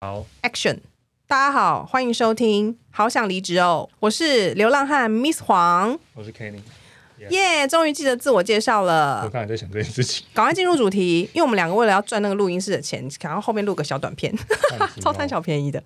好， Action！大家好，欢迎收听《好想离职哦》，我是流浪汉 Miss 黄，我是 Kenny。耶、终于记得自我介绍我 了，刚才在想这件事 情，赶快进入主题，因为我们两个为了要赚那个录音室的钱，然后后面录个小短片，超贪小便宜的。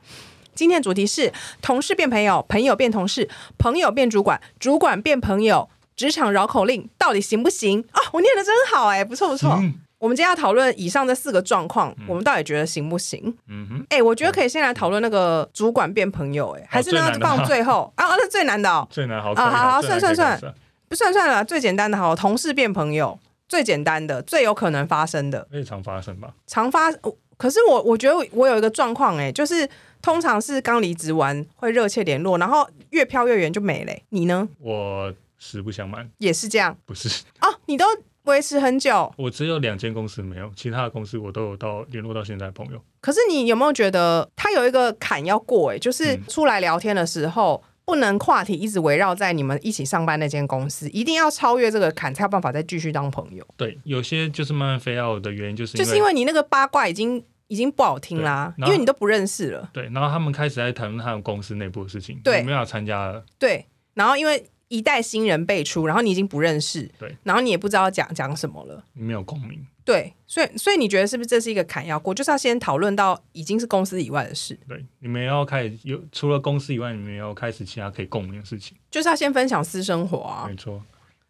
今天的主题是同事变朋友，朋友变同事，朋友变主管，主管变朋友，职场绕口令到底行不行啊、我念的真好哎、不错不错。嗯我们今天要讨论以上这四个状况，我们到底觉得行不行？嗯哼，哎、我觉得可以先来讨论那个主管变朋友、哎，还是呢哦最难的吗放最后啊？啊，那最难的哦，最难好啊好好最难算算可以算，不算算了，最简单的好了，同事变朋友，最简单的，最有可能发生的，日常发生吧。常发。我可是我我觉得我有一个状况，哎，就是通常是刚离职完会热切联络，然后越飘越远就没嘞、你呢？我实不相瞒，也是这样不是， 哦？你都维持很久，我只有两间公司没有，其他的公司我都有到联络到现在的朋友。可是你有没有觉得他有一个坎要过、哎，就是嗯出来聊天的时候。不能话题一直围绕在你们一起上班那间公司，一定要超越这个坎，才有办法再继续当朋友。对，有些就是慢慢飞奥的原因，就是就是因为你那个八卦已经已经不好听啦，对然因后为你都不认识了，对，然后他们开始在谈论他们公司内部的事情，对有没有要参加了？对。然后因为一代新人辈出，然后你已经不认识，对，然后你也不知道讲讲什么了，没有共鸣。对。所以所以你觉得是不是这是一个坎要过，就是要先讨论到已经是公司以外的事，对，你们要开始有除了公司以外，你们要开始其他可以共鸣的事情。就是要先分享私生活啊。没错，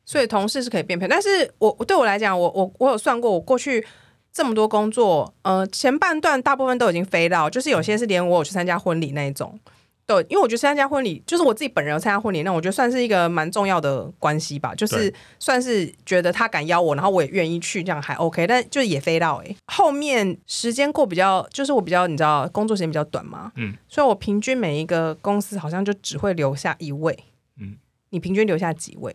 所以同事是可以变配，但是我我对我来讲，我我我有算过，我过去这么多工作，呃，前半段大部分都已经飞到，就是有些是连我有去参加婚礼那一种，对，因为我觉得参加婚礼，就是我自己本人有参加婚礼，那我觉得算是一个蛮重要的关系吧，就是算是觉得他敢邀我，然后我也愿意去，这样还 OK，但就是也飞到哎、欸后面时间过比较，就是我比较你知道工作时间比较短嘛，嗯，所以我平均每一个公司好像就只会留下一位，嗯，你平均留下几位？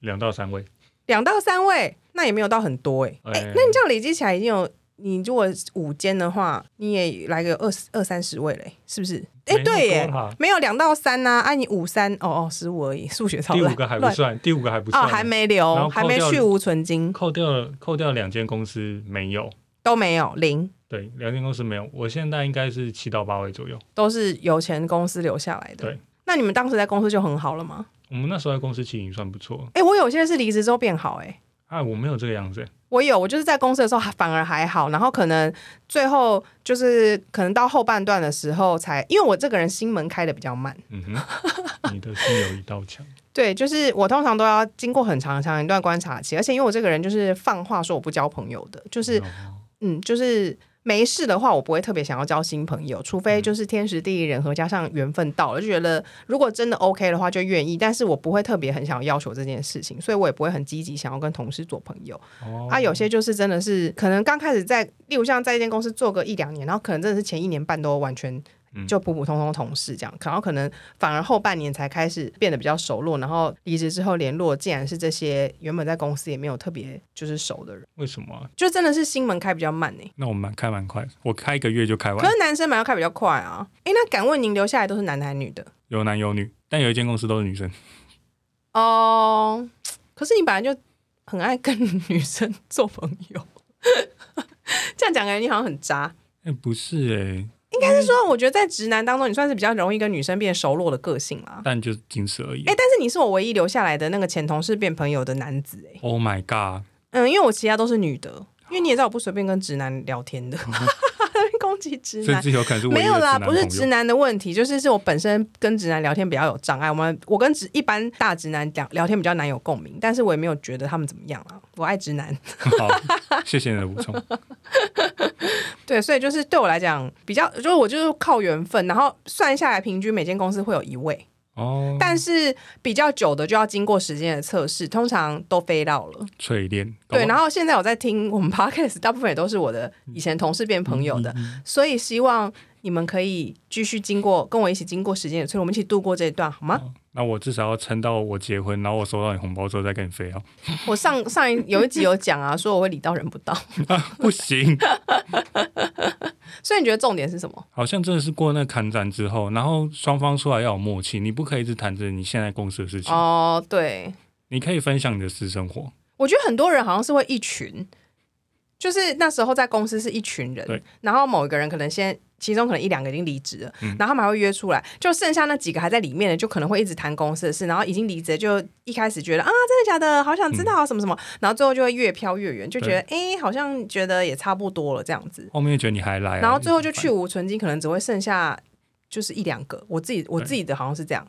两到三位。两到三位，那也没有到很多哎、哎哎、那你这样累积起来已经有，你如果五间的话，你也来个二十二三十位嘞、是不是？哎、没那么对耶多啦，没有两到三呐、啊，你五三哦哦十五而已，数学超第烂五个还不乱算，第五个还不哦，算，还没然留，后扣还掉没去无存金扣掉了扣掉两间公司没有，都没有零，对，两间公司没有。我现在应该是七到八位左右。都是有钱公司留下来的。对，那你们当时在公司就很好了吗？我们那时候在公司其实已经算不错哎、我有些是离职之后变好哎、啊，我没有这个样子、欸，我有，我就是在公司的时候反而还好，然后可能最后就是可能到后半段的时候才，因为我这个人心门开的比较慢，嗯哼， 你的心有一道墙，对，就是我通常都要经过很长很长一段观察期，而且因为我这个人就是放话说我不交朋友的，就是哦嗯，就是没事的话，我不会特别想要交新朋友，除非就是天时地利人和加上缘分到了，就觉得如果真的 OK 的话就愿意，但是我不会特别很想要要求这件事情，所以我也不会很积极想要跟同事做朋友。哦啊，有些就是真的是可能刚开始在，例如像在一间公司做个一两年，然后可能真的是前一年半都完全嗯就普普通通的同事这样，然后可能反而后半年才开始变得比较熟络，然后离职之后联络，竟然是这些原本在公司也没有特别就是熟的人，为什么啊、就真的是心门开比较慢呢、那我们蛮开蛮快的，我开一个月就开可完，是男生蛮要开比较快啊。诶，那敢问您留下来都是男的还是女的？有男有女，但有一间公司都是女生，哦、可是你本来就很爱跟 女生做朋友， 这样讲感觉你好像很渣。哎、不是哎、应该是说，我觉得在直男当中，你算是比较容易跟女生变熟络的个性啦。但就仅此而已。哎、但是你是我唯一留下来的那个前同事变朋友的男子哎、 Oh my god！嗯，因为我其他都是女的，因为你也知道我不随便跟直男聊天的，嗯 攻击直甚男。至有可能是唯一的没有啦，直男不是朋友直男的问题，就是是我本身跟直男聊天比较有障碍。我们我跟直一般大直男聊聊天比较难有共鸣，但是我也没有觉得他们怎么样啊，我爱直男。 好，谢谢你的补充。对，所以就是对我来讲比较，就是我就是靠缘分，然后算下来平均每间公司会有一位。哦， 但是比较久的就要经过时间的测试，通常都飞到了。淬炼对，然后后现在我在听我们 podcast，大部分也都是我的以前同事变朋友的，所以希望你们可以继续经过跟我一起经过时间的测试，我们一起度过这一段好吗？那我至少要撑到我结婚，然后我收到你红包之后再跟你飞啊！ 我上上一有一集有讲啊，说我会礼到人不到， 啊不行， 所以你觉得重点是什么？好像真的是过那个抗战之后，然后双方出来要有默契，你不可以一直谈着你现在公司的事情，哦，对，你可以分享你的私生活。我觉得很多人好像是会一群。就是那时候在公司是一群人对，然后某一个人可能先，其中可能一两个已经离职了，然后他们还会约出来，就剩下那几个还在里面的，就可能会一直谈公司的事，然后已经离职的就一开始觉得啊真的假的，好想知道什么什么，然后最后就会越飘越远，就觉得哎好像觉得也差不多了这样子，后面就觉得你还来啊、然后最后就你去无存金，可能只会剩下就是一两个，我自己我对自己的好像是这样，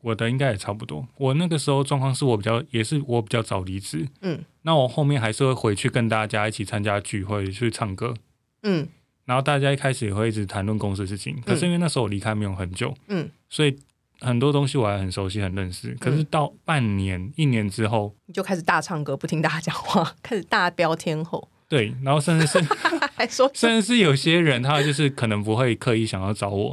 我的应该也差不多。我那个时候状况是我比较，也是我比较早离职。嗯，那我后面还是会回去跟大家一起参加聚会，去唱歌。嗯然后大家一开始也会一直谈论公司的事情，可是因为那时候我离开没有很久，嗯，所以很多东西我还很熟悉、很认识。可是到半年、一年之后，你就开始大唱歌，不听大家讲话，开始大飙天后，对，然后甚至 是还说甚至是有些人他就是可能不会刻意想要找我，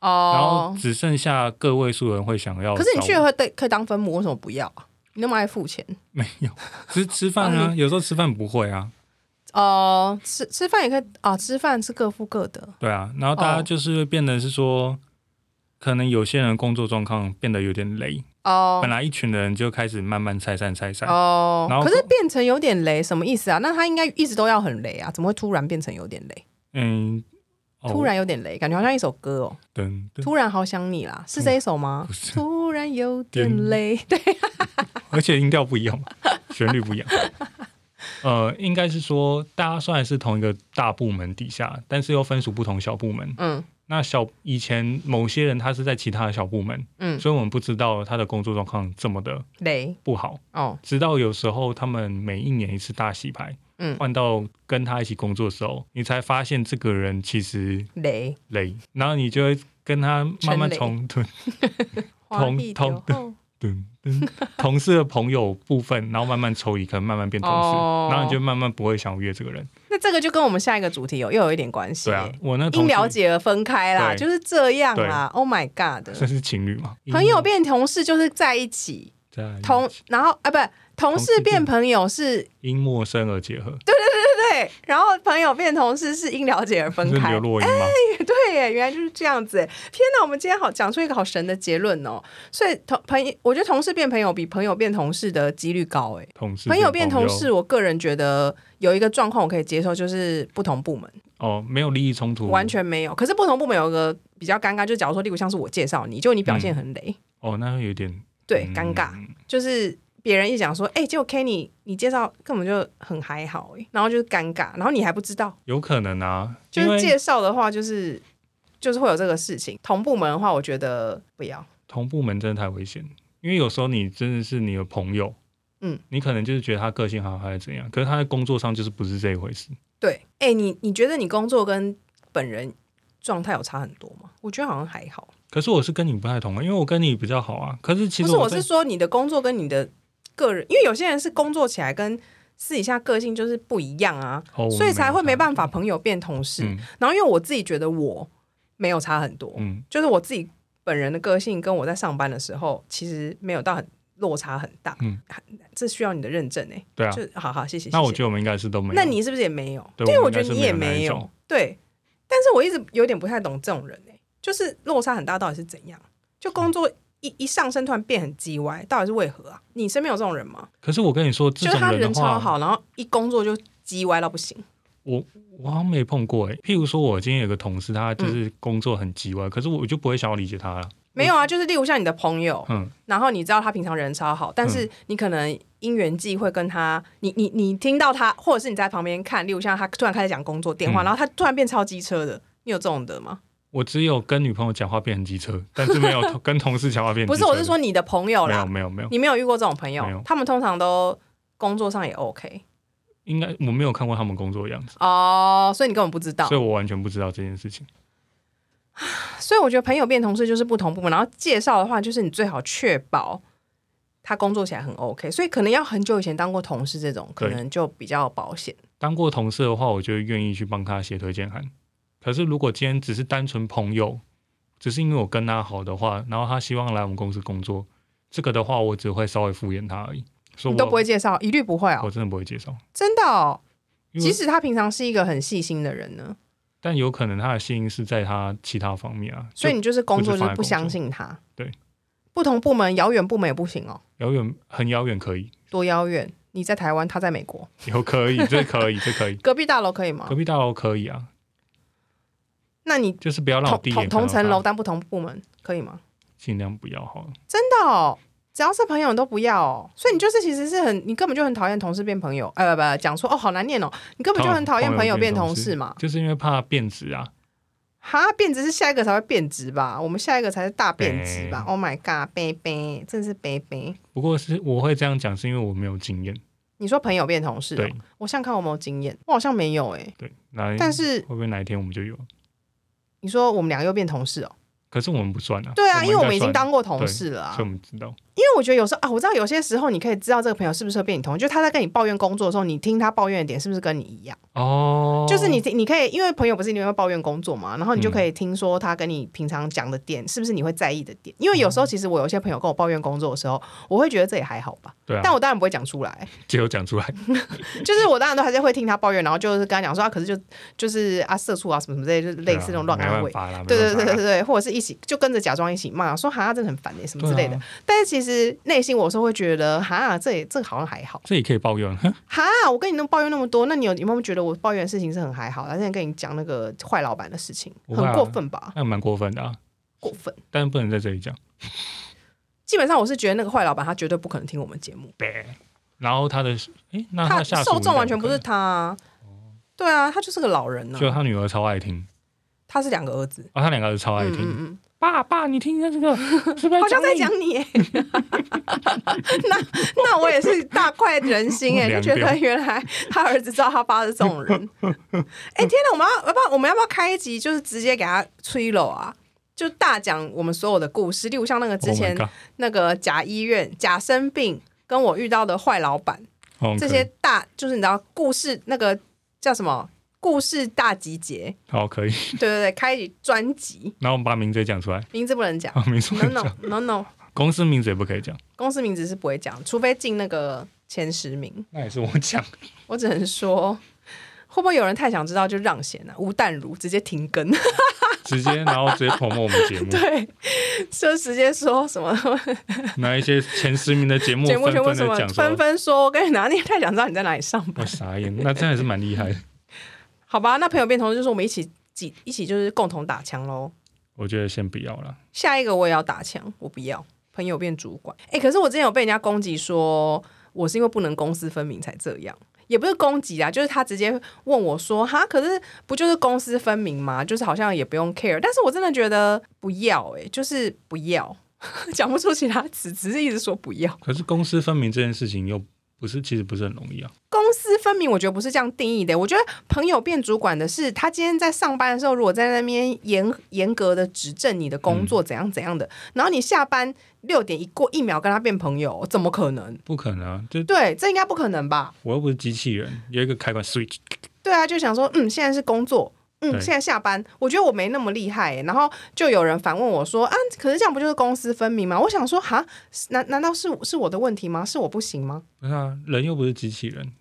然哦后，只剩下个位数人会想要找我。可是你去了会对可以当分母，为什么不要啊？你那么爱付钱没有？只吃饭啊，有时候吃饭不会啊。哦、吃吃饭也可以啊、吃饭是各付各的。对啊，然后大哦家就是会变得是说，可能有些人工作状况变得有点累，哦本来一群人就开始慢慢拆散拆散。然哦，后可是变成有点雷，什么意思啊？那他应该一直都要很雷啊，怎么会突然变成有点雷？嗯，哦突然有点雷，感觉好像一首歌哦。噔噔，突然好想你啦，是这一首吗？不是突然 有点雷，对，而且音调不一 样嘛，旋律不一样。呃，应该是说，大家虽然是同一个大部门底下，但是又分属不同小部门。嗯那小以前某些人他是在其他的小部门，嗯，所以我们不知道他的工作状况这么的雷不好。哦，直到有时候他们每一年一次大洗牌，嗯换到跟他一起工作的时候，你才发现这个人其实雷累，然后你就会跟他慢慢从对花地球同对对 同事的朋友部分，然后慢慢抽离，可能慢慢变同事，哦然后你就慢慢不会想约这个人。 那这个就跟我们下一个主题有又有一点关系、对啊，我那因同了事解而分开啦，对就是这样啦。Oh my god！算是情侣嘛，朋友变同事就是在一起，在同然后啊不，同事变变朋友是因陌生而结合，对，然后朋友变同事是因了解而分就是开哎刘。若英嘛， 对耶，原来就是这样子耶。天哪，我们今天好讲出一个好神的结论哦。所以同朋友，我觉得同事变朋友比朋友变同事的几率高哎。同事朋友变朋同事，我个人觉得有一个状况我可以接受，就是不同部门。哦，没有利益冲突，完全没有。可是不同部门有个比较尴尬，就假如说，例如像是我介绍你，就你表现很雷，哦，那会有点对，嗯尴尬，就是。别人一讲说，哎、结果 Kenny 你介绍根本就很还好、欸，然后就是尴尬，然后你还不知道，有可能啊，就因是为介绍的话，就是就是会有这个事情。同部门的话，我觉得不要，同部门真的太危险，因为有时候你真的是你的朋友，嗯，你可能就是觉得他个性好还是怎样，可是他在工作上就是不是这一回事。对，哎、你你觉得你工作跟本人状态有差很多吗？我觉得好像还好，可是我是跟你不太同啊，因为我跟你比较好啊。可是其不实是，我在是说你的工作跟你的个人，因为有些人是工作起来跟私底下个性就是不一样啊，哦我所以才会没法。办法朋友变同事。嗯然后因为我自己觉得我没有差很多，嗯，就是我自己本人的个性跟我在上班的时候其实没有到很落差很大。嗯啊，这需要你的认证哎、对啊。就好好谢谢。那我谢谢觉得我们应该是都没有。那你是不是也没有？对因为我我应觉该得是你没也有那一没有种。对，但是我一直有点不太懂这种人哎、就是落差很大，到底是怎样？就工作一一上升突然变很叽歪，到底是为何啊？你身边有这种人吗？可是我跟你说，这就是种他人人的超话，好，然后一工作就叽歪到不行。我我好像没碰过诶、譬如说，我今天有个同事，嗯他就是工作很急歪，可是我就不会想要理解他了。没有啊，就是例如像你的朋友，嗯，然后你知道他平常人超好，但是你可能因缘际会跟他，你你你听到他，或者是你在旁边看，例如像他突然开始讲工作电话，嗯然后他突然变超机车的，你有这种的吗？我只有跟女朋友讲话变成机车，但是没有 同跟同事讲话变成不机是，车我是说你的朋友没有啦，没有没有，你没有遇过这种朋没有友，他们通常都工作上也 OK 应该我没有看过他们工作的样子，哦所以你根本不知道所，以我完全不知道这件事情。所以我觉得朋友变同事就是不同部门，然后介绍的话，就是你最好确保他工作起来很 OK，所以可能要很久以前当过同事这种，可对能就比较保险。当过同事的话，我就愿意去帮他写推荐函。可是如果今天只是单纯朋友，只是因为我跟他好的话，然后他希望来我们公司工作，这个的话我只会稍微敷衍他而已。所以你我都不会介绍，一律不会哦我，真的不会介绍。真的哦。因为即使他平常是一个很细心的人呢，但有可能他的心是在他其他方面啊，所以就你就是工作不就是放是在不工作相信他。对，不同部门遥远部门也不行哦，遥远很遥远可以，多遥远？你在台湾，他在美国，。有可以，这可以，这可以 隔壁大楼可以吗隔？壁大楼可以啊，那你就是不要让我同第一同眼同看到层他楼但不同部门可以吗？尽量不要好了。真的哦，只要是朋友都不要哦。所以你就是其实是很，你根本就很讨厌同事变朋友，呃不不，讲说哦好难念哦，你根本就很讨厌朋友变同事嘛。就是因为怕变质啊。哈，变质是下一个才会变质吧？我们下一个才是大变质吧？Oh my god，贝贝，真是贝贝。不过是我会这样讲，是因为我没有经验。你说朋友变同事、哦对，我想看我有没有经验，我好像没有哎、对，那但是会不会哪一天我们就有？你说我们两个又变同事哦？可是我们不算啊。对啊，因为我们已应该经算当过同事了、啊所以。我们知道。因为我觉得有时候啊，我知道有些时候你可以知道这个朋友是不是会变你同事，就是他在跟你抱怨工作的时候，你听他抱怨的点是不是跟你一样？哦，啊就是你你可以，因为朋友不是一定会抱怨工作嘛，然后你就嗯可以听说他跟你平常讲的点是不是你会在意的点。因为有嗯时候其实我有一些朋友跟我抱怨工作的时候，我会觉得这也还好吧，对啊，但我当然不会讲出来，只有讲出来，啊就是我当然都还是会听他抱怨，然后就是跟他讲说啊，可是就就是啊社畜啊什么什么之类，就是类似那种乱对啊安慰没。办法啦，对对没对对办法啦对，对或者是一起就跟着假装一起骂，说哈真的很烦哎、什么之类的。对啊但是其实内心我是会觉得哈这也这好像还好。这也可以抱怨。 哼哈，我跟你那么抱怨那么多，那你有有没有觉得我抱怨的事情是很还好？而且跟你讲那个坏老板的事情，不会啊很过分吧？那蛮过分的啊，过分。但不能在这里讲。基本上我是觉得那个坏老板他绝对不可能听我们节目，然后他的，诶，那他他的下属受众完全应该不是可他啊、对啊，他就是个老人呢、能，就他女儿超爱听，他是两个儿子，啊，他两个儿子超爱嗯听。嗯爸爸，你听一下这个，是不嗯，是好像在你讲你 欸、那那我也是大快人心哎、就我们觉两得原来他儿子知道他爸是这种 人。哎、天哪，我们要要不要我们要不要开一集，就是直接给他吹楼啊？就大讲我们所有的故事，例如像那个 Oh 之 my 前 God，那个假医院、假生病，跟我遇到的坏老板，哦这可以些大就是你知道故事那个叫什么故事大集结，好哦可以。对对对，开一集专辑，然后我们把名字也讲出来，名字不能 讲啊，名字不，no 能 no 讲， no no，公司名字也不可以讲，公司名字是不会讲，除非进那个前十名。那也是我讲。我只能说， 会不会有人太想知道就让贤啊，吴淡如直接停更，嗯直接，然后直接捧我们节 目，对，就直接说什 么 拿一些前十名的节目节目全部纷什纷么的讲纷说，纷说，我跟你拿你太想知道你在哪里上班。我傻眼，那真的是蛮厉害的， 好吧，那朋友变同事就是我们一起几一起就是共同打枪喽。我觉得先不要了，下一个我也要打枪，我不要朋友变主管。哎、可是我之前有被人家攻击说我是因为不能公私分明才这样。也不是攻击啦，就是他直接问我说：“哈，可是不就是公私分明吗？就是好像也不用 care。”但是我真的觉得不要、欸，就是不要， 讲不出其他词，只是一直说不要。可是公私分明这件事情又不是，其实不是很容易啊。公私分明，我觉得不是这样定义的。我觉得朋友变主管的是，他今天在上班的时候，如果在那边严严格的指正你的工作怎样怎样的，然后你下班六点一过一秒跟他变朋友，怎么可能？不可能、啊，这对，这应该不可能吧？我又不是机器人，有一个开关 switch，对啊，就想说，嗯，现在是工作。嗯，对现在下班，我觉得我没那么厉害欸耶、然后就有人反问我说：“啊，可是这样不就是公私分明吗？”我想说，哈，是难难道是是我的问题吗？是我不行吗？不是啊，人又不是机器人，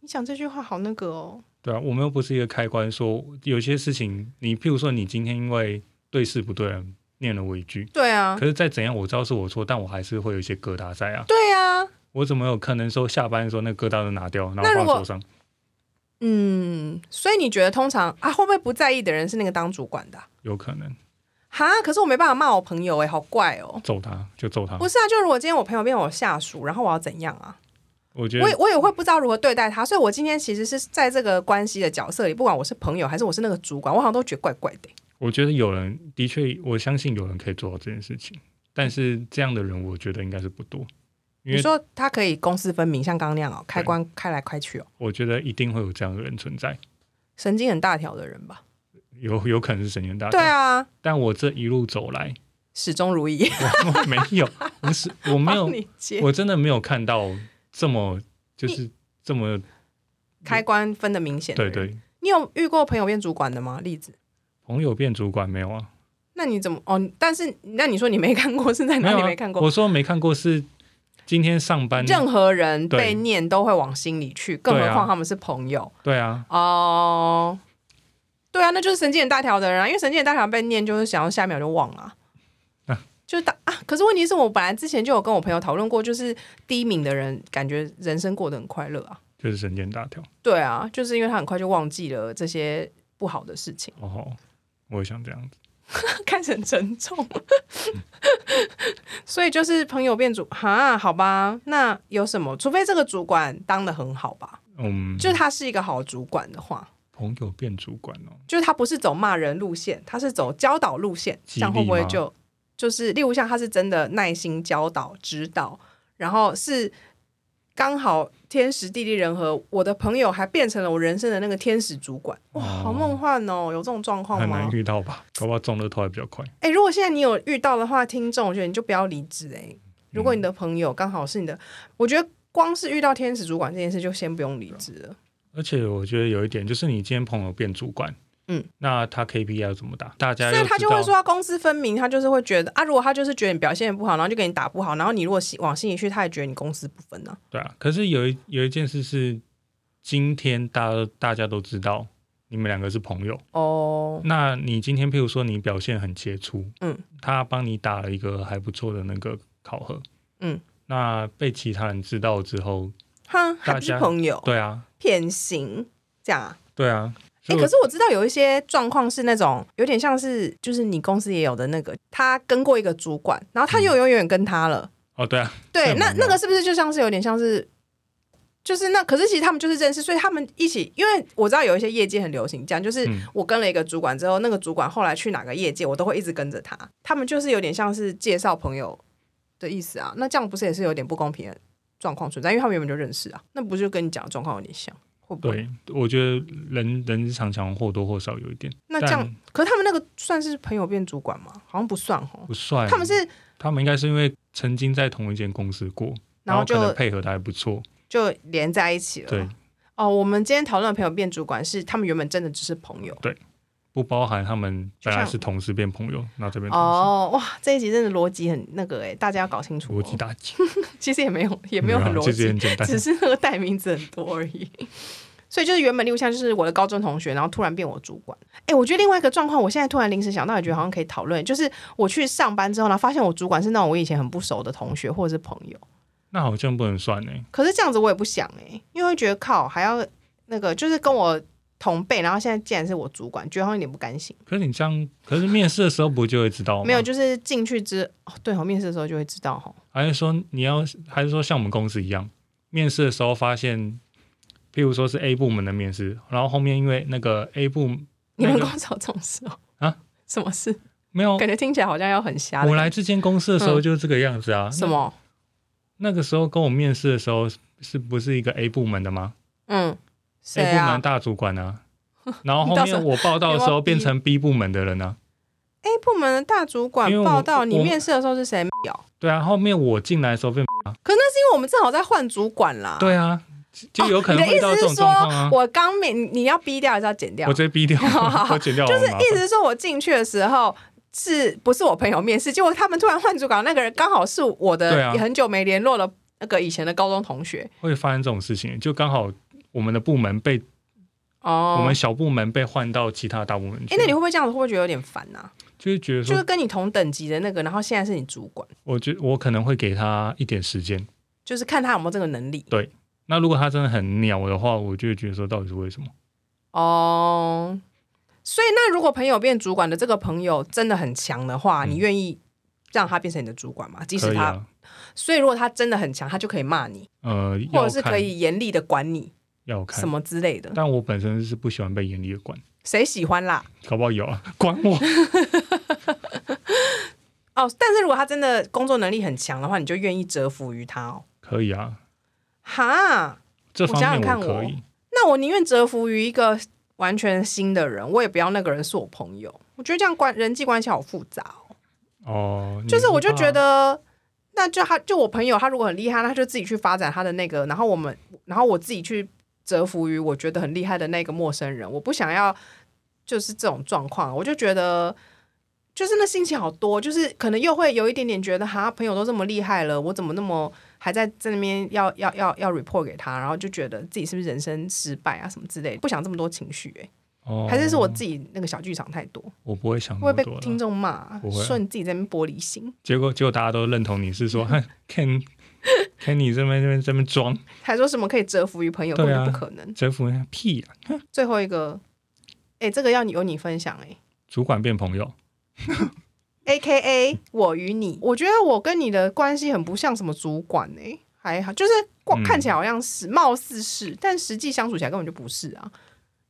你讲这句话好那个哦，对啊，我们又不是一个开关说有些事情你，譬如说你今天因为对事不对人念了我一句，对啊，可是再怎样我知道是我错，但我还是会有一些疙瘩在啊，对啊，我怎么有可能说下班的时候那个疙瘩都拿掉，然后那如放果在桌上？嗯，所以你觉得通常啊，会不会不在意的人是那个当主管的啊、有可能哈，可是我没办法骂我朋友哎、好怪哦、揍他就揍他不，是啊，就如果今天我朋友变我下属，然后我要怎样啊？我觉我也得我也会不知道如何对待他，所以我今天其实是在这个关系的角色里，不管我是朋友还是我是那个主管，我好像都觉得怪怪的欸、我觉得有人的确，我相信有人可以做到这件事情，但是这样的人我觉得应该是不多，因你为说他可以公私分明，像刚刚那样哦、开关开来开去哦、我觉得一定会有这样的人存在，神经很大条的人吧？有有可能是神经大条对啊，但我这一路走来，始终如一，我没 有，不是我没有帮，你接我真的没有看到这么就是这么开关分的明显。对，对，你有遇过朋友变主管的吗？例子？朋友变主管没有啊？那你怎么哦？但是那你说哎你没看过是在没哪有里啊没看过？我说没看过是今天上班，任何人对被念都会往心里去，更对何啊况他们是朋友对啊，哦。对啊，那就是神经很大条的人啊，因为神经很大条被念，就是想要下一秒就忘了啊、啊就打啊。可是问题是我本来之前就有跟我朋友讨论过，就是低敏的人感觉人生过得很快乐啊。就是神经大条。对啊，就是因为他很快就忘记了这些不好的事情，哦，我也想这样子。开始很沉重。 所以就是朋友变主哈，好吧，那有什么？除非这个主管当的很好吧，嗯，就是他是一个好主管的话，朋友变主管哦，就是他不是走骂人路线，他是走教导路线，激这样励会不会吗就就是，例如像他是真的耐心教导、指导，然后是刚好天时地利人和，我的朋友还变成了我人生的那个天使主管，哇，哦好梦幻哦！有这种状况很吗难？遇到吧？搞不好中乐透还比较快。哎、如果现在你有遇到的话，听众，我觉得你就不要离职哎、如果你的、的朋友刚好是你的，我觉得光是遇到天使主管这件事，就先不用离职了。而且我觉得有一点就是，你今天朋友变主管，嗯，那他 KPI 要怎么打？大家所以又他啊知就会道说，他公私分明，他就是会觉得啊，如果他就是觉得你表现得不好，然后就给你打不好，然后你如果心往心里去，他也觉得你公私不分呢、对啊。可是有一有一件事是，今天大家大家都知道你们两个是朋友，哦，那你今天譬如说你表现很杰出，嗯，他帮你打了一个还不错的那个考核，嗯，那被其他人知道之后，哼，还不大是家朋友，对啊，偏心这样啊。对啊。哎、所以我可是我知道有一些状况是那种有点像是，就是你公司也有的那个，他跟过一个主管，然后他嗯就永远跟他了。哦，对啊，对，对那嘛那个是不是就像是有点像是，就是那可是其实他们就是认识，所以他们一起，因为我知道有一些业界很流行这样，就是嗯我跟了一个主管之后，那个主管后来去哪个业界，我都会一直跟着他。他们就是有点像是介绍朋友的意思啊，那这样不是也是有点不公平的状况存在？因为他们原本就认识啊，那不就跟你讲的状况有点像？会不会？对，我觉得人人之常情，或多或少有一点。那这样，可是他们那个算是朋友变主管吗？好像不算哦但。不算，他们是，他们应该是因为曾经在同一间公司过，然然后后可能就配合的还不错。就连在一起了。对，哦，我们今天讨论的朋友变主管是他们原本真的只是朋友。不包含他们就本来像是同事变朋友，那这边同事哦，哇，这一集真的逻辑很那个哎，大家要搞清楚、逻辑哦。打击， 其实也没有，也没有很啊逻其实辑也，很简单。 只是那个代名词很多而已。所以就是原本例如像就是我的高中同学，然后突然变我主管。哎，我觉得另外一个状况，我现在突然临时想到，也觉得好像可以讨论，就是我去上班之后呢，然后发现我主管是那种我以前很不熟的同学或者是朋友。那好像不能算欸呢、可是这样子我也不想哎、因为会觉得靠还要那个就是跟我同辈，然后现在竟然是我主管，觉得好像有点不甘心。可是你这样，可是面试的时候不就会知道吗？没有，，就是进去之哦，对哦，面试的时候就会知道哈。还是说你要，还是说像我们公司一样，面试的时候发现，譬如说是 A 部门的面试，然后后面因为那个 A 部你们那个公司有这种事哦？啊？什么事？没有，感觉听起来好像要很瞎的感觉。我来这间公司的时候嗯就是这个样子啊。什么？那个时候跟我面试的时候，是不是一个 A 部门的吗、嗯，谁 a 部啊门大主管 啊。然后你后到时候面我报道的时有没有候逼变成 B 部门的人啊。 ？A 哎部门的大主管因为我报道，你我面试的时候是谁表？对啊，后面我进来的时 候变，可是那是因为我们正好在换主管啦。对啊，就哦，有可能你的会意遇到思这是种状况啊说。我刚面，你你要逼掉还是要剪掉我？直 接逼掉， 我剪掉，就是好麻意思烦是说我进去的时候。是不是我朋友面试？结果他们突然换主管，那个人刚好是我对的啊也很久没联络了那个以前的高中同学会发生这种事情，就刚好我们的部门被、哦。我们小部门被换到其他大部门去，哎、那你会不会这样子？会不会觉得有点烦呐、就是觉得就是说，跟你同等级的那个，然后现在是你主管，我觉我可能会给他一点时间。就是看他有没有这个能力那如果他真的很鸟的话，我就会觉得说，到底是为什么？哦。所以，那如果朋友变主管的这个朋友真的很强的话，嗯你愿意让他变成你的主管吗？即使可以他，啊，所以如果他真的很强，他就可以骂你，呃，要或者是看可以严厉的管你要什看，么之类的。但我本身是不喜欢被严厉的管，谁喜欢啦？搞不好有啊，管我。哦，但是如果他真的工作能力很强的话，你就愿意折服于他哦。可以啊，哈，这方我想想面看可以。那我宁愿折服于一个完全新的人，我也不要那个人是我朋友。我觉得这样关人际关系好复杂哦。哦，你就是我就怕觉得，那就他就我朋友，他如果很厉害，那他就自己去发展他的那个，然后我们，然后我自己去折服于我觉得很厉害的那个陌生人。我不想要就是这种状况，我就觉得。就是那心情好多，就是可能又会有一点点觉得，哈，朋友都这么厉害了，我怎么那么还在在那边要要要要 report 给他，然后就觉得自己是不是人生失败啊什么之类的，不想这么多情绪、欸，哦，还是是我自己那个小剧场太多，我不会想会不会那么被多听了。众骂啊不会啊说你自己在那边玻璃心，结果结果大家都认同你是 说 Ken Kenny 这边这边这边装还说什么可以折服于朋友，根对啊本就不可能。征服人家屁啊！最后一个，哎、这个要你由你分享哎、主管变朋友， A K A 我与你，我觉得我跟你的关系很不像什么主管哎、还好，就是光嗯看起来好像是，貌似是，但实际相处起来根本就不是啊。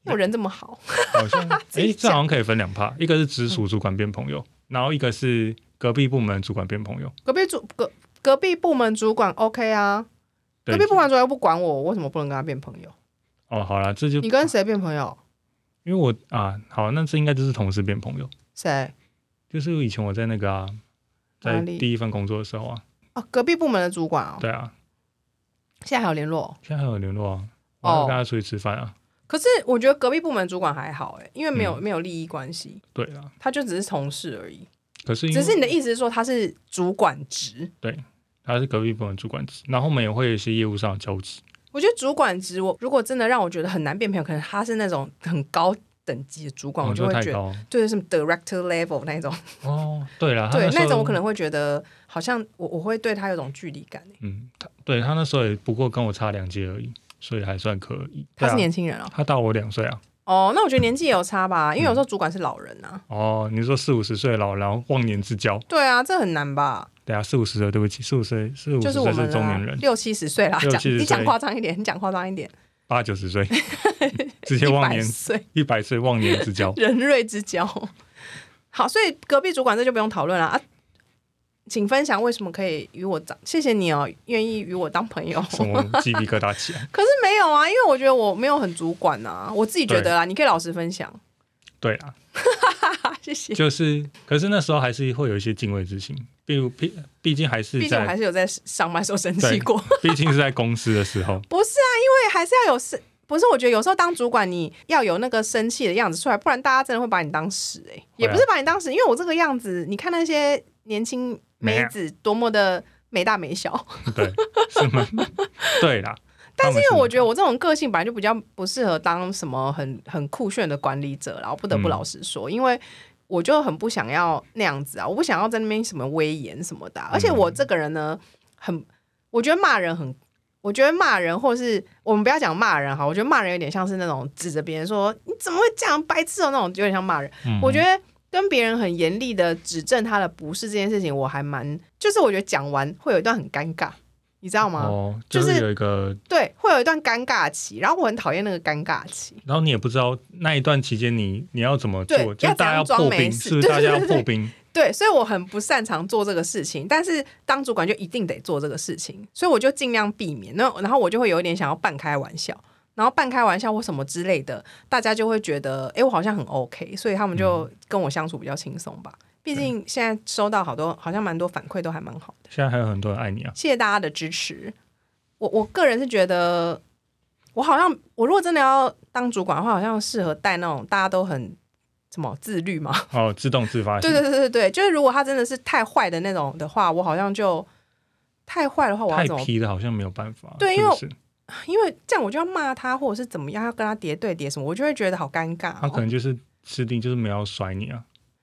因为我人这么好，好像自己诶，这讲好像可以分两 part，一个是直属主管变朋友，然后一个是隔壁部门主管变朋友。隔壁主隔隔壁部门主管 OK 啊，对隔壁部门主管又不管我，我为什么不能跟他变朋友？哦，好了，这就你跟谁变朋友？因为我啊，好，那这应该就是同事变朋友，谁？就是以前我在那个啊，哪在里第一份工作的时候啊，哦，隔壁部门的主管哦，对啊，现在还有联络。现在还有联络啊，哦我还会跟他出去吃饭啊，可是我觉得隔壁部门主管还好哎、因为嗯没有、没有利益关系，对啊，他就只是同事而已。可是因为只是你的意思是说他是主管职？他是隔壁部门主管职，然后我们也会有一些业务上的交集，我觉得主管职，我如果真的让我觉得很难变朋友，可能他是那种很高等级的主管，我我们就说会哦嗯太觉得高对什么 director level 那一种，哦，对了，他对时那候种我可能会觉得好像我我会对他有种距离感欸。嗯，他对他那时候也不过跟我差两届而已，所以还算可以。他是对啊年轻人哦，他大我两岁啊。哦，那我觉得年纪也有差嗯吧，因为有时候主管是老人啊，哦，你说四五十岁的老，然后忘年之交，对啊，这很难吧？对啊，四五十岁，对不起，四五岁，四五就十是岁我是们中啦年人，六七十岁啦，六讲七十岁你讲夸张一点，你讲夸张一点，八九 十岁直接一忘百年，岁。一百岁忘年之交 人瑞之交。好，所以隔壁主管这就不用讨论了啊。请分享为什么可以与我当，谢谢你哦，愿意与我当朋友。什么鸡皮疙瘩起来？可是没有啊，因为我觉得我没有很主管啊，我自己觉得啦，你可以老实分享。对啊，啊， 谢谢。就是，可是那时候还是会有一些敬畏之心，比如毕毕竟还是毕竟我 还在，是有在上班时候生气对过， 毕竟是在公司的时候，不是啊，因为还是要有是，不是？我觉得有时候当主管你要有那个生气的样子出来，不然大家真的会把你当屎哎、啊也不是把你当屎，因为我这个样子，你看那些年轻啊妹子多么的没大没小，对，是 吗？对啦。但是因为我觉得，得我这种个性本来就比较不适合当什么 很很酷炫的管理者啦，然后不得不嗯老实说，因为我就很不想要那样子啊，我不想要在那边什么威严什么的嗯啊、而且我这个人呢，很我觉得骂人很。我觉得骂人，或是我们不要讲骂人哈，我觉得骂人有点像是那种指着别人说你怎么会这样白痴哦、那种，有点像骂人。嗯我觉得跟别人很严厉的指正他的不是这件事情，我还蛮就是我觉得讲完会有一段很尴尬，你知道吗？哦，就就是是有一个对，会有一段尴尬期，然后我很讨厌那个尴尬期。然后你也不知道那一段期间你你要怎么做，对就要怎是大家样要装破没冰，事是不对是大家要对对破冰？对，所以我很不擅长做这个事情，但是当主管就一定得做这个事情，所以我就尽量避免。那然后我就会有一点想要半开玩笑，然后半开玩笑或什么之类的，大家就会觉得，哎，我好像很 OK，所以他们就跟我相处比较轻松吧。毕竟现在收到好多，好像蛮多反馈都还蛮好的，现在还有很多人爱你啊，谢谢大家的支持。我我个人是觉得，我好像我如果真的要当主管的话，好像适合带那种大家都很什么自律嘛，哦，自动自发性对，对对对对，就是如果他真的是太坏的那种的话，我好像就太坏的话，我要太怎么？皮的好像没有办法，对因为是不我是因为这样我就要骂他，或者是怎么样，要跟他叠对叠什么，我就会觉得好尴尬、哦他可能就是吃定就是没有要甩你啊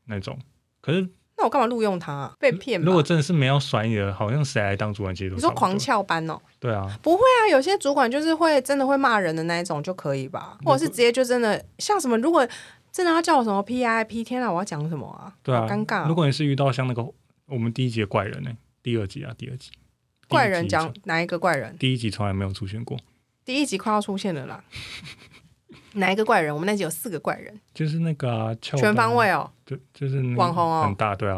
那种。可是那我干嘛录用他、啊被骗吧？如果真的是没有要甩你的，好像谁来当主管其实都你说差不多狂翘班哦？对啊，不会啊，有些主管就是会真的会骂人的那一种就可以吧，或者是直接就真的像什么，如果真的要叫我什么 PIP，天啊，我要讲什么啊？对啊，好尴尬哦、如果你是遇到像那个我们第一集的怪人呢、第二集啊，第二集怪人，第讲一集哪一个怪人？第一集从来没有出现过，第一集快要出现了啦。 哪一个怪人？我们那集有四个怪人，就是那个啊，翘班全方位哦。就就是那个网红哦很大，对啊，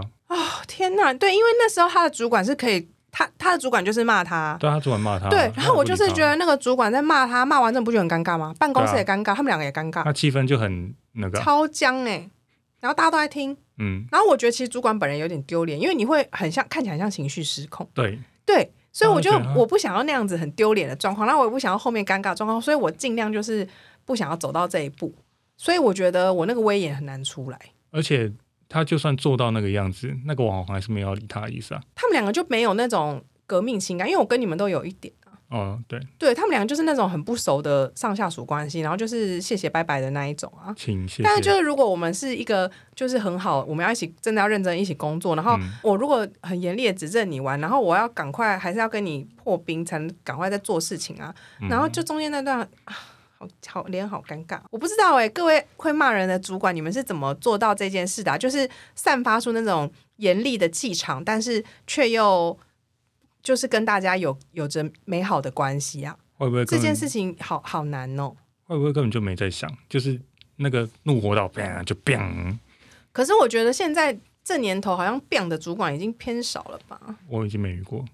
天呐，对，因为那时候他的主管是可以，他他的主管就是骂他，对啊他主管骂他，对，然后我就是他不理觉他得那个主管在骂他，骂完之后不就很尴尬吗？办公室也尴尬，他们两个也尴尬，那气氛就很那个啊，超僵哎、然后大家都在听，嗯，然后我觉得其实主管本人有点丢脸，因为你会很像看起来很像情绪失控，对，对，所以我就当然啊我不想要那样子很丢脸的状况，那我也不想要后面尴尬的状况，所以我尽量就是不想要走到这一步，所以我觉得我那个威严很难出来，而且他就算做到那个样子，那个网红还是没有要理他的意思啊。他们两个就没有那种革命情感，因为我跟你们都有一点。嗯，对，对他们俩就是那种很不熟的上下属关系，然后就是谢谢拜拜的那一种啊。请谢谢。但是就是如果我们是一个就是很好，我们要一起真的要认真一起工作，然后嗯我如果很严厉的指正你玩，然后我要赶快还是要跟你破冰，才能赶快再做事情啊。嗯然后就中间那段。啊好好脸好尴尬，我不知道哎、各位会骂人的主管，你们是怎么做到这件事的啊、就是散发出那种严厉的气场，但是却又就是跟大家有有着美好的关系啊。会不会这根件本事情好好难哦。会不会根本就没在想，就是那个怒火到 bang 就 bang，可是我觉得现在这年头，好像 biang 的主管已经偏少了吧？我已经没遇过，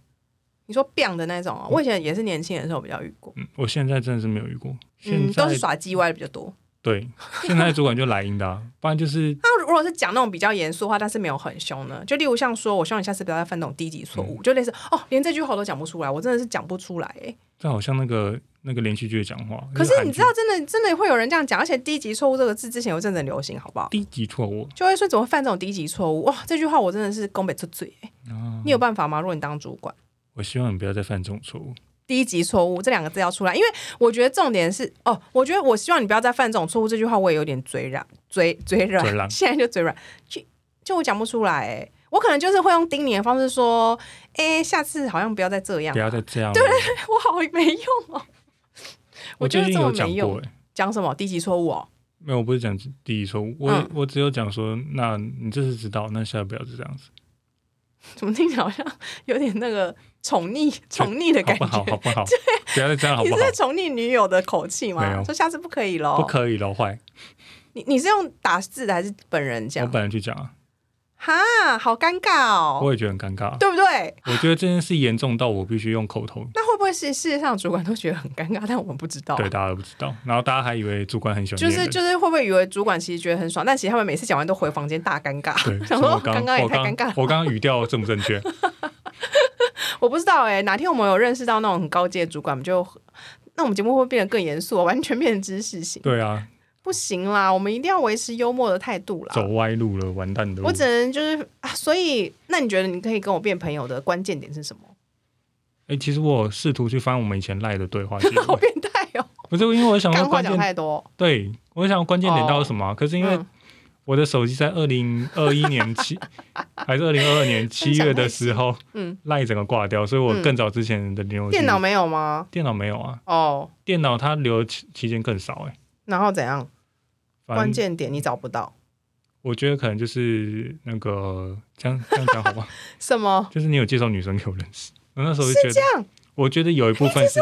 你说 biang 的那种、哦，我以前也是年轻的时候比较遇过，嗯，我现在真的是没有遇过。现嗯，在、都是耍鸡歪的比较多。对，现在主管就来硬的、啊， 不然就是那如果是讲那种比较严肃的话，但是没有很凶呢，就例如像说，我希望你下次不要再犯那种低级错嗯误，就类似哦，连这句话我都讲不出来，我真的是讲不出来欸。这好像那个那个连续剧的讲话。可是那个韩你剧知道，真的真的会有人这样讲，而且低级错误这个字之前有阵子很流行，好不好？低级错误就会说怎么会犯这种低级错误？哇，这句话我真的是宫北出嘴欸，啊你？有办法吗？如果你当主管？我希望你不要再犯这种错误。低级错误这两个字要出来，因为我觉得重点是哦，我觉得我希望你不要再犯这种错误。这句话我也有点嘴软，嘴 嘴软，嘴软现在就嘴软，就就我讲不出来、欸，我可能就是会用叮咛的方式说，哎、下次好像不要再这样不了，要再这样。对， 我好没用哦。我觉最得这么近有没讲用过、欸，讲什么低级错误哦？没有，我不是讲第一错误，我、嗯我只有讲说，那你这次知道，那下次不要是这样子，怎么听起来好像有点那个宠 溺宠溺的好 感不觉？好？好不好？不要再这样，好你不是哦好在？宠溺女友的口气没吗？有说下次不可以喽？不可以了，坏，你你是用打字的还是本人我讲？本人去讲啊，哈，好尴尬哦。我也觉得很尴尬。啊对不对？我觉得这件事严重到我必须用口头那会不会是世界上主管都觉得很尴尬，但我们不知道、对大家都不知道，然后大家还以为主管很喜欢就念人，是就是会不会以为主管其实觉得很爽，但其实他们每次讲完都回房间大尴尬。对， 想所以说我刚刚刚也我太尴尬了刚我哦刚刚语调正不正确？我不知道哎、哪天我们有认识到那种很高阶的主管，我们就那我们节目会不会变得更严肃，啊 完全变成知识型？对 啊，不行啦，我们一定要维持幽默的态度啦。走歪路了，完蛋的路我。只能就是啊，所以那你觉得你可以跟我变朋友的关键点是什么？ 哎、其实我有试图去翻我们以前赖的对话记好录， 变态哦、不是因为我想干说话关讲键，太多，对我想关键点到底是什么啊、可是因为嗯我的手机在二零二一年七 还是二零二二年七月的时候，嗯，赖整个挂掉，所以我更早之前的联络记录电脑没有吗？电脑没有啊，哦，电脑它留的期期间更少哎、然后怎样？反关键点你找不到我觉得可能就是那个这样这样讲好吗？ 什么？就是你有介绍女生给我认识，我那时候就觉得，样我觉得有一部分是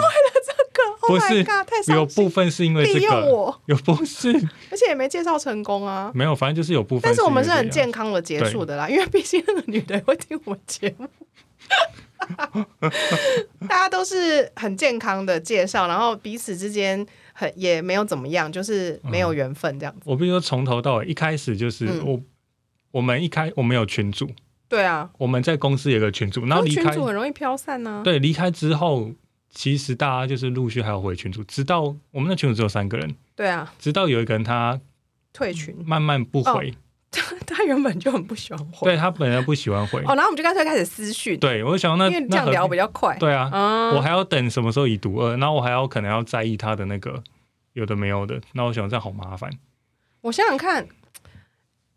哥不是 oh、my God, 太有伤心部分是因为这利用个，我，有不是而且也没介绍成功啊。没有，反正就是有部分。但是我们是很，健康的结束的啦，因为毕竟那个女的也会听我们节目， 大家都是很健康的介绍，然后彼此之间很也没有怎么样，就是没有缘分这样子。我必须说从头到尾，一开始就是、嗯我我们一开我们有群组，对啊，我们在公司有个群组，然后因为离哦群开主很容易飘散啊呢、对离开之后，其实大家就是陆续还有回群组，直到我们的群组只有三个人，对啊，直到有一个人他退群，慢慢不回，他 他原本就很不喜欢哦回。对他本来不喜欢回，哦，然后我们就干脆开始私讯，对我就想那因为这那样何聊比较快。对啊，嗯我还要等什么时候已读二，然后我还要可能要在意他的那个有的没有的，那我想这样好麻烦。我想想看，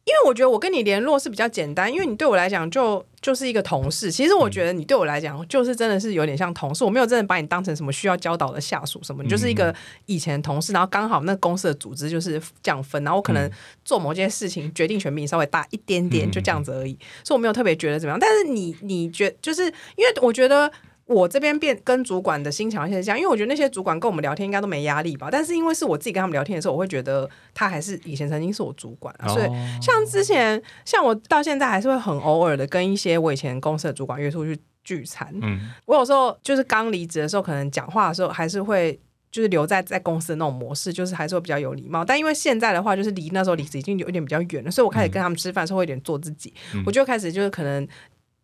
因为我觉得我跟你联络是比较简单，因为你对我来讲就就是一个同事。其实嗯我觉得你对我来讲就是真的是有点像同事，我没有真的把你当成什么需要教导的下属什么，你就是一嗯个以前的同事。然后刚好那公司的组织就是这样分，然后我可能做某件事情决定权比你稍微大一点点，嗯就这样子而已。所以我没有特别觉得怎么样。但是你你觉就是因为我觉得。我这边变跟主管的心情现在这样，因为我觉得那些主管跟我们聊天应该都没压力吧，但是因为是我自己跟他们聊天的时候，我会觉得他还是以前曾经是我主管、啊，所以哦像之前，像我到现在还是会很偶尔的跟一些我以前公司的主管约出去聚餐。嗯，我有时候就是刚离职的时候，可能讲话的时候还是会就是留在在公司的那种模式，就是还是会比较有礼貌。但因为现在的话，就是离那时候离职已经有一点比较远了，所以我开始跟他们吃饭的时候会有点做自己，嗯我就开始就是可能。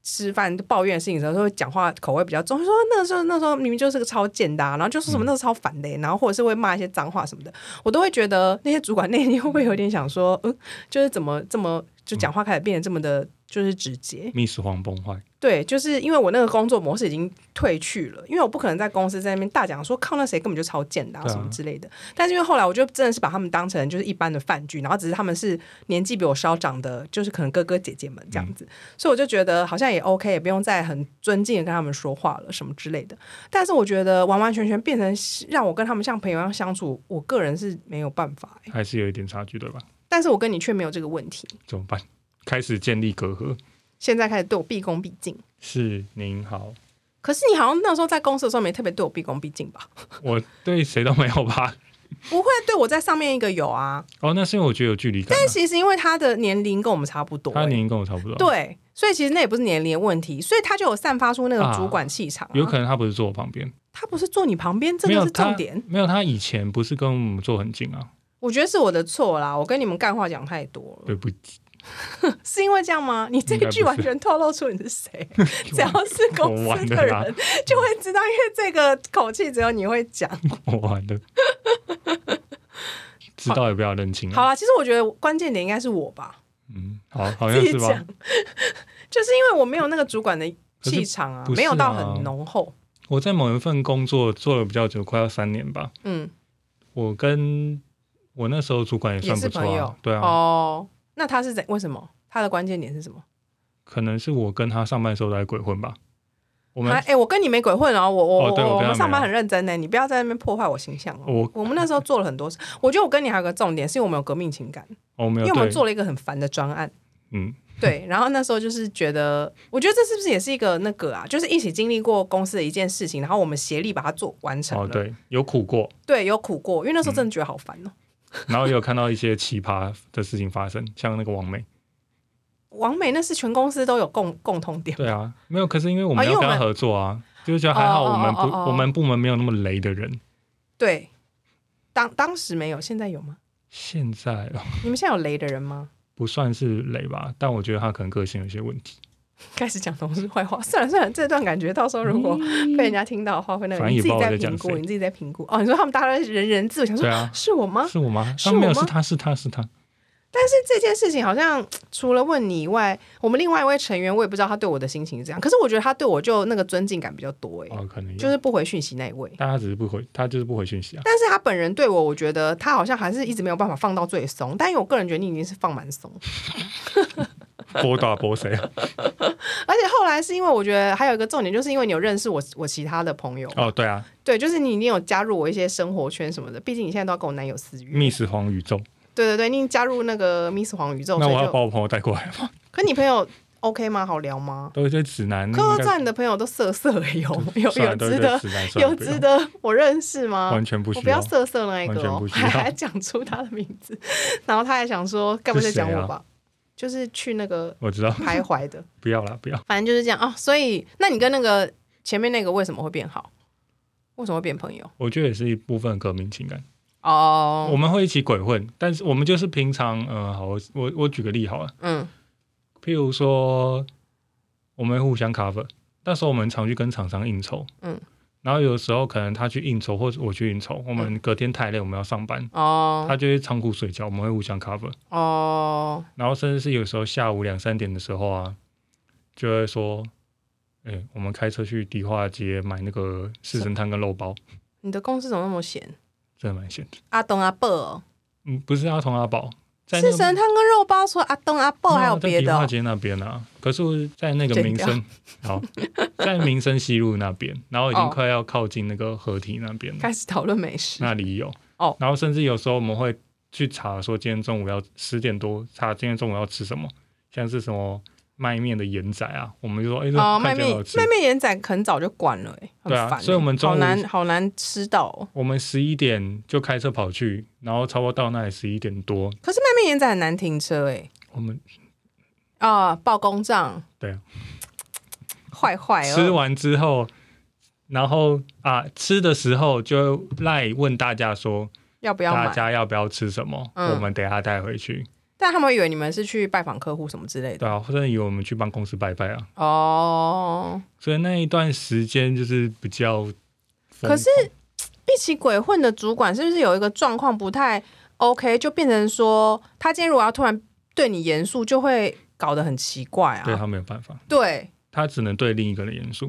吃饭抱怨的事情的时候，都会讲话口味比较重，就说那时候那时候明明就是个超贱的、啊，然后就说什么那时候超烦的欸、然后或者是会骂一些呃脏话什么的，我都会觉得那些主管内心会不会有点想说，嗯，就是怎么这么就讲话开始变得这么的，就是直接。密室黄崩坏，对，就是因为我那个工作模式已经退去了，因为我不可能在公司在那边大讲说靠那谁根本就超贱的、啊、对啊什么之类的。但是因为后来我就真的是把他们当成就是一般的饭局，然后只是他们是年纪比我稍长的，就是可能哥哥姐姐们嗯这样子，所以我就觉得好像也 OK，也不用再很尊敬的跟他们说话了什么之类的。但是我觉得完完全全变成让我跟他们像朋友一样相处，我个人是没有办法、欸。还是有一点差距，对吧？但是我跟你却没有这个问题，怎么办？开始建立隔阂。现在开始对我毕恭毕敬。是您 好，可是你好像那时候在公司的时候没特别对我毕恭毕敬吧？我对谁都没有吧？不会对我在上面一个有啊，哦，那是因为我觉得有距离感、但啊。其实因为他的年龄跟我们差不多、欸他年龄哦跟我差不多，，对，啊所以其实那也不是年龄的问题，所以他就有散发出那个主管气场、啊有可能他不是坐我旁边，他不是坐你旁边，这没就有是他重点。没有他以前不是跟我们坐很近啊？我觉得是我的错啦，我跟你们干话讲太多 了，对不起，是因为这样吗？你这应一该不句是完全透露出你是谁， 只要是公我司完的了啦人就会知道，因为这个口气只有你会讲。我完 了，知道也不要认清好啊。啦，其实我觉得关键点应该是我吧，嗯，好，好自像己是讲吧？， 就是因为我没有那个主管的可是气场啊，不是没有到啊很浓厚。我在某一份工作做了比较久，快要三年吧。嗯，我跟我那时候主管也也算是不错朋友啊，，对啊，哦，那他是怎？为什么？他的关键点是什么？可能是我跟他上班的时候都在鬼混吧。我们哎、诶我跟你没鬼混哦，我我、哦对我我跟他们上班没有很认真呢，你不要在那边破坏我形象哦。我我们那时候做了很多事，我觉得我跟你还有个重点，是因为我们有革命情感，我哦没因为有我们呃对，做了一个很烦的专案，嗯，对。然后那时候就是觉得，我觉得这是不是也是一个那个啊，就是一起经历过公司的一件事情，然后我们协力把它做完成了。哦对，嗯有苦过，对有苦过，因为那时候真的觉得好烦哦。然后也有看到一些奇葩的事情发生，像那个王美。王美那是全公司都有共共同点，对啊，没有，可是因为我们哦因为要跟我他们合作啊，就是觉得还好，哦哦我们不，哦哦哦我们部门没有那么雷的人。对。当当时没有，现在有吗？现在哦你们现在有雷的人吗？不算是雷吧，但我觉得他可能个性有些问题，开始讲同事坏话，算了算了，这段感觉到时候如果被人家听到的话，会那个反正你也自己不知道在我在讲评估，谁你自己在评估。哦，你说他们大家都在人人自，我想说、对啊是我吗？是我吗？是啊，没我有，吗是他是他是他，但是这件事情好像除了问你以外，我们另外一位成员，我也不知道他对我的心情是这样。可是我觉得他对我就那个尊敬感比较多、哎、哦，可能有就是不回讯息那一位。但他只是不回，他就是不回讯息啊。 但是他本人对我，我觉得他好像还是一直没有办法放到最松，但因为我个人觉得你已经是放蛮松，波打波 谁啊？而且后来是因为我觉得还有一个重点，就是因为你有认识我我其他的朋友，哦，对啊，对，就是你，你有加入我一些生活圈什么的，毕竟你现在都要跟我男友私约。密室黄宇宙，对对对，你已经加入那个 Miss 黄宇宙，那所我以要就把我朋友带过来吗？可你朋友 OK 吗？好聊吗？都一些指南，可我嗯应该在你的朋友都色色的，有有算有了都一值堆得指南算了有不要值得我认识吗？完全不我需不要要。色色的那一个完全哦 不，需还要还讲出他的名字，然后他还想说，该不会在讲是谁啊我吧？就是去那个我知道， 徘徊的，不要啦，不要。反正就是这样哦。所以，那你跟那个前面那个为什么会变好？为什么会变朋友？我觉得也是一部分革命情感。哦、我们会一起鬼混，但是我们就是平常，嗯、好，我我我举个例好了，嗯譬如说，我们会互相 cover，那时候我们常去跟厂商应酬，嗯，然后有时候可能他去应酬，或者我去应酬，我们隔天太累，我们要上班，嗯哦他就会仓库睡觉，我们会互相 cover，哦。然后甚至是有时候下午两三点的时候啊，就会说。哎、我们开车去迪化街买那个四神汤跟肉包，你的公司怎么那么闲？真的蛮闲的。阿东阿伯哦，嗯，不是阿童阿宝，在那四个神汤跟肉包，除了阿东阿伯还有在别迪的化哦、街那边啊，可是，在那个剪民掉生，好，在民生西路那边，然后已经哦快要靠近那个合体那边了，开始讨论美食。那里有哦然后甚至有时候我们会去查说今天中午要十点多查今天中午要吃什么，像是什么麦面的盐仔啊，我们就说哎、这哦，卖看起来很面好吃卖。面盐仔很早就关了、欸，很对啊烦欸、所以我们中午好难好难吃到、哦。我们十一点就开车跑去，然后差不多到那里十一点多，可是卖面盐仔很难停车、欸，我们哎啊，报公账，对啊，坏坏吃哦。完之后，然后啊吃的时候就赖问大家说，要不要大买？家要不要吃什么？嗯我们等一下带回去，但他们会以为你们是去拜访客户什么之类的对啊，或者以为我们去办公室拜拜啊。哦。所以那一段时间就是比较疯狂，可是一起鬼混的主管是不是有一个状况不太 OK，就变成说他今天如果要突然对你严肃，就会搞得很奇怪对啊。他没有办法，对他只能对另一个人严肃。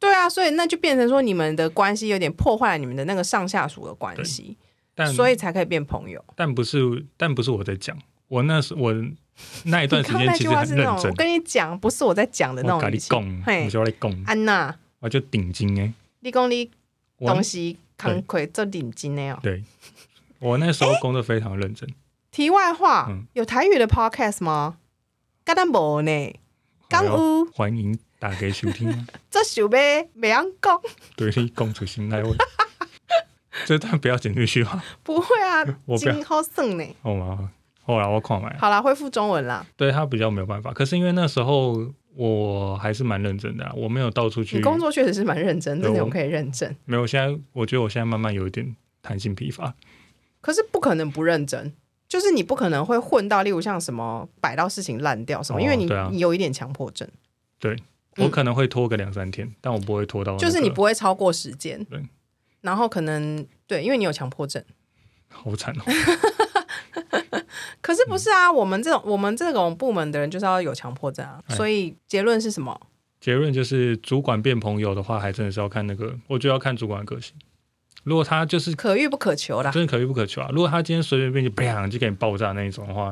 对啊，所以那就变成说你们的关系有点破坏了你们的那个上下属的关系，但所以才可以变朋友。但不是但不是我在讲，我那时我那一你段刚时刚间那其句实话很是认那种，真我，跟你讲，不是我在讲的那我跟种语你气。讲，嘿我就来讲，安娜，我就顶金哎，你讲你我东西慷慨做领金的哦。对我那时候工作非常认真，题外话，嗯有台语的 podcast 吗？敢若无呢？敢好有？欢迎打给收 听啊，这想要袂晓 讲？对你共处心态问，这段不要剪进去吧，不会啊我，不要真好算呢。好吗？后来我看完，好啦，恢复中文啦。对他比较没有办法，可是因为那时候我还是蛮认真的啊、我没有到处你去工作确实是蛮认真，对这点我我可以认证。没有，我现在我觉得我现在慢慢有一点弹性疲乏，可是不可能不认真，就是你不可能会混到，例如像什么摆到事情烂掉什么，哦因为你、对啊你有一点强迫症，嗯我可能会拖个两三天，但我不会拖哦到那个、就是你不会超过时间对。然后可能对，因为你有强迫症。好惨哦。 可是不嗯是啊，我们这种我们这种部门的人就是要有强迫症啊。哎所以结论是什么？结论就是，主管变朋友的话，还真的是要看那个，我觉得要看主管的个性。如果他就是 可遇不可求啦。真的可遇不可求啊，如果他今天随随便便就砰就给你爆炸那一种的话，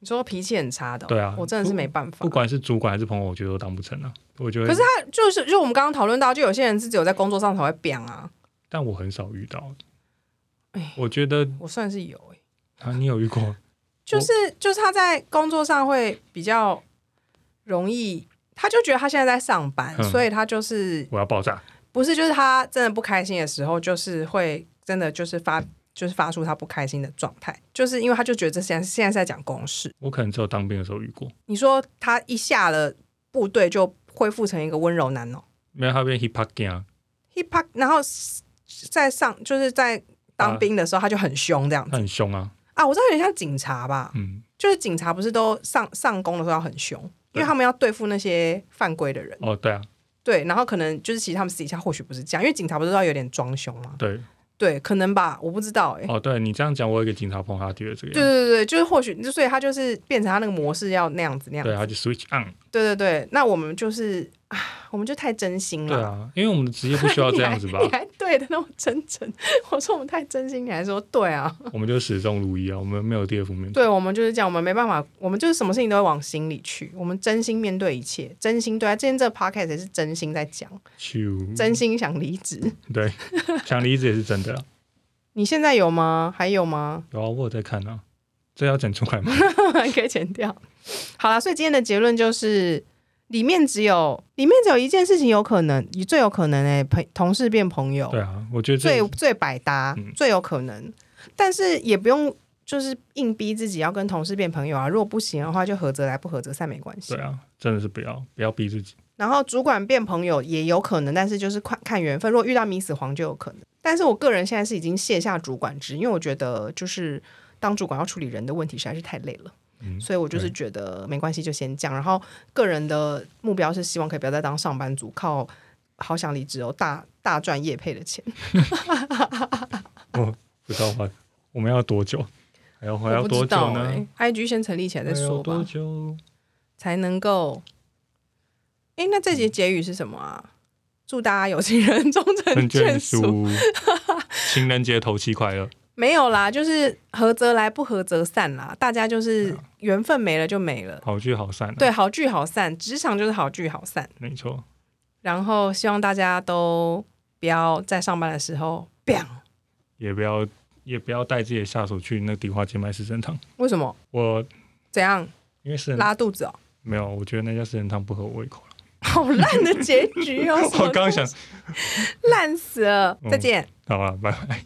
你说脾气很差的哦、对啊我真的是没办法不。管是主管还是朋友，我觉得都当不成啊。我觉得，可是他就是就我们刚刚讨论到，就有些人是只有在工作上才会变啊，但我很少遇到哎。我觉得我算是有、欸，啊，你有遇过？就是就是他在工作上会比较容易，他就觉得他现在在上班，嗯所以他就是我要爆炸，不是就是他真的不开心的时候，就是会真的就是发就是发出他不开心的状态，就是因为他就觉得这现在现在是在讲公事，我可能只有当兵的时候遇过，你说他一下了部队就恢复成一个温柔男哦没有他变 hip hop gang 啊。 ，hip hop，然后在上就是在当啊兵的时候他就很凶这样他子很凶啊，啊，我知道有点像警察吧，嗯，就是警察不是都上上工的时候要很凶，因对为他们要对付那些犯规的人。哦，对啊，对，然后可能就是其实他们私底下或许不是这样，因为警察不是都要有点装凶吗？对，对，可能吧，我不知道哎、哦，对你这样讲，我有一个警察朋友，他觉得这个对样子，对对，就是或许，就所以他就是变成他那个模式要那样子那样对，子。他就 switch on，对对对，那我们就是啊，我们就太真心对了。啊，因为我们的职业不需要这样子 吧你，还对的那么真诚， 我说我们太真心，你还说对啊？我们就始终如一啊，我们没有第二负面。对，我们就是这样，我们没办法，我们就是什么事情都会往心里去，我们真心面对一切，真心对待。今天这个 podcast 也是真心在讲，就真心想离职。对， 想离职也是真的啦。你现在有吗？还有吗？ 有啊，我有在看啊，这要整出来吗？可以剪掉。好啦，所以今天的结论就是，里面只有里面只有一件事情有可能，你最有可能哎、朋同事变朋友，对啊，我觉得最这最百搭，嗯最有可能。但是也不用就是硬逼自己要跟同事变朋友啊，如果不行的话，就合则来，不合则散，没关系对。啊，真的是不要不要逼自己。然后主管变朋友也有可能，但是就是看看缘分。如果遇到迷死黄就有可能。但是我个人现在是已经卸下主管职，因为我觉得就是当主管要处理人的问题实在是太累了，嗯，所以我就是对觉得没关系，就先这样。然后个人的目标是希望可以不要再当上班族，靠好想离职哦，大大赚业配的钱。不知道话我们要多久，还要还我要不多知久道呢？欸、？IG 先成立起来再还说要吧多， 久？才能够。哎，那嗯这节结语是什么啊？祝大家有情人终成很眷眷属。属， 情人节头七快乐。没有啦，就是合则来，不合则散啦。大家就是啊缘分没了就没了，好聚好散、啊。对，，好聚好散，职场就是好聚好散。没错，然后希望大家都不要在上班的时候 bang，也不要也不要带自己的下属去那个迪化街卖四神汤。为什么？我怎样因为四神拉肚子哦？没有，我觉得那家四神汤不合我胃口了。好烂 的结局哦！什么我刚刚想，烂死了，嗯再见。好了，拜拜。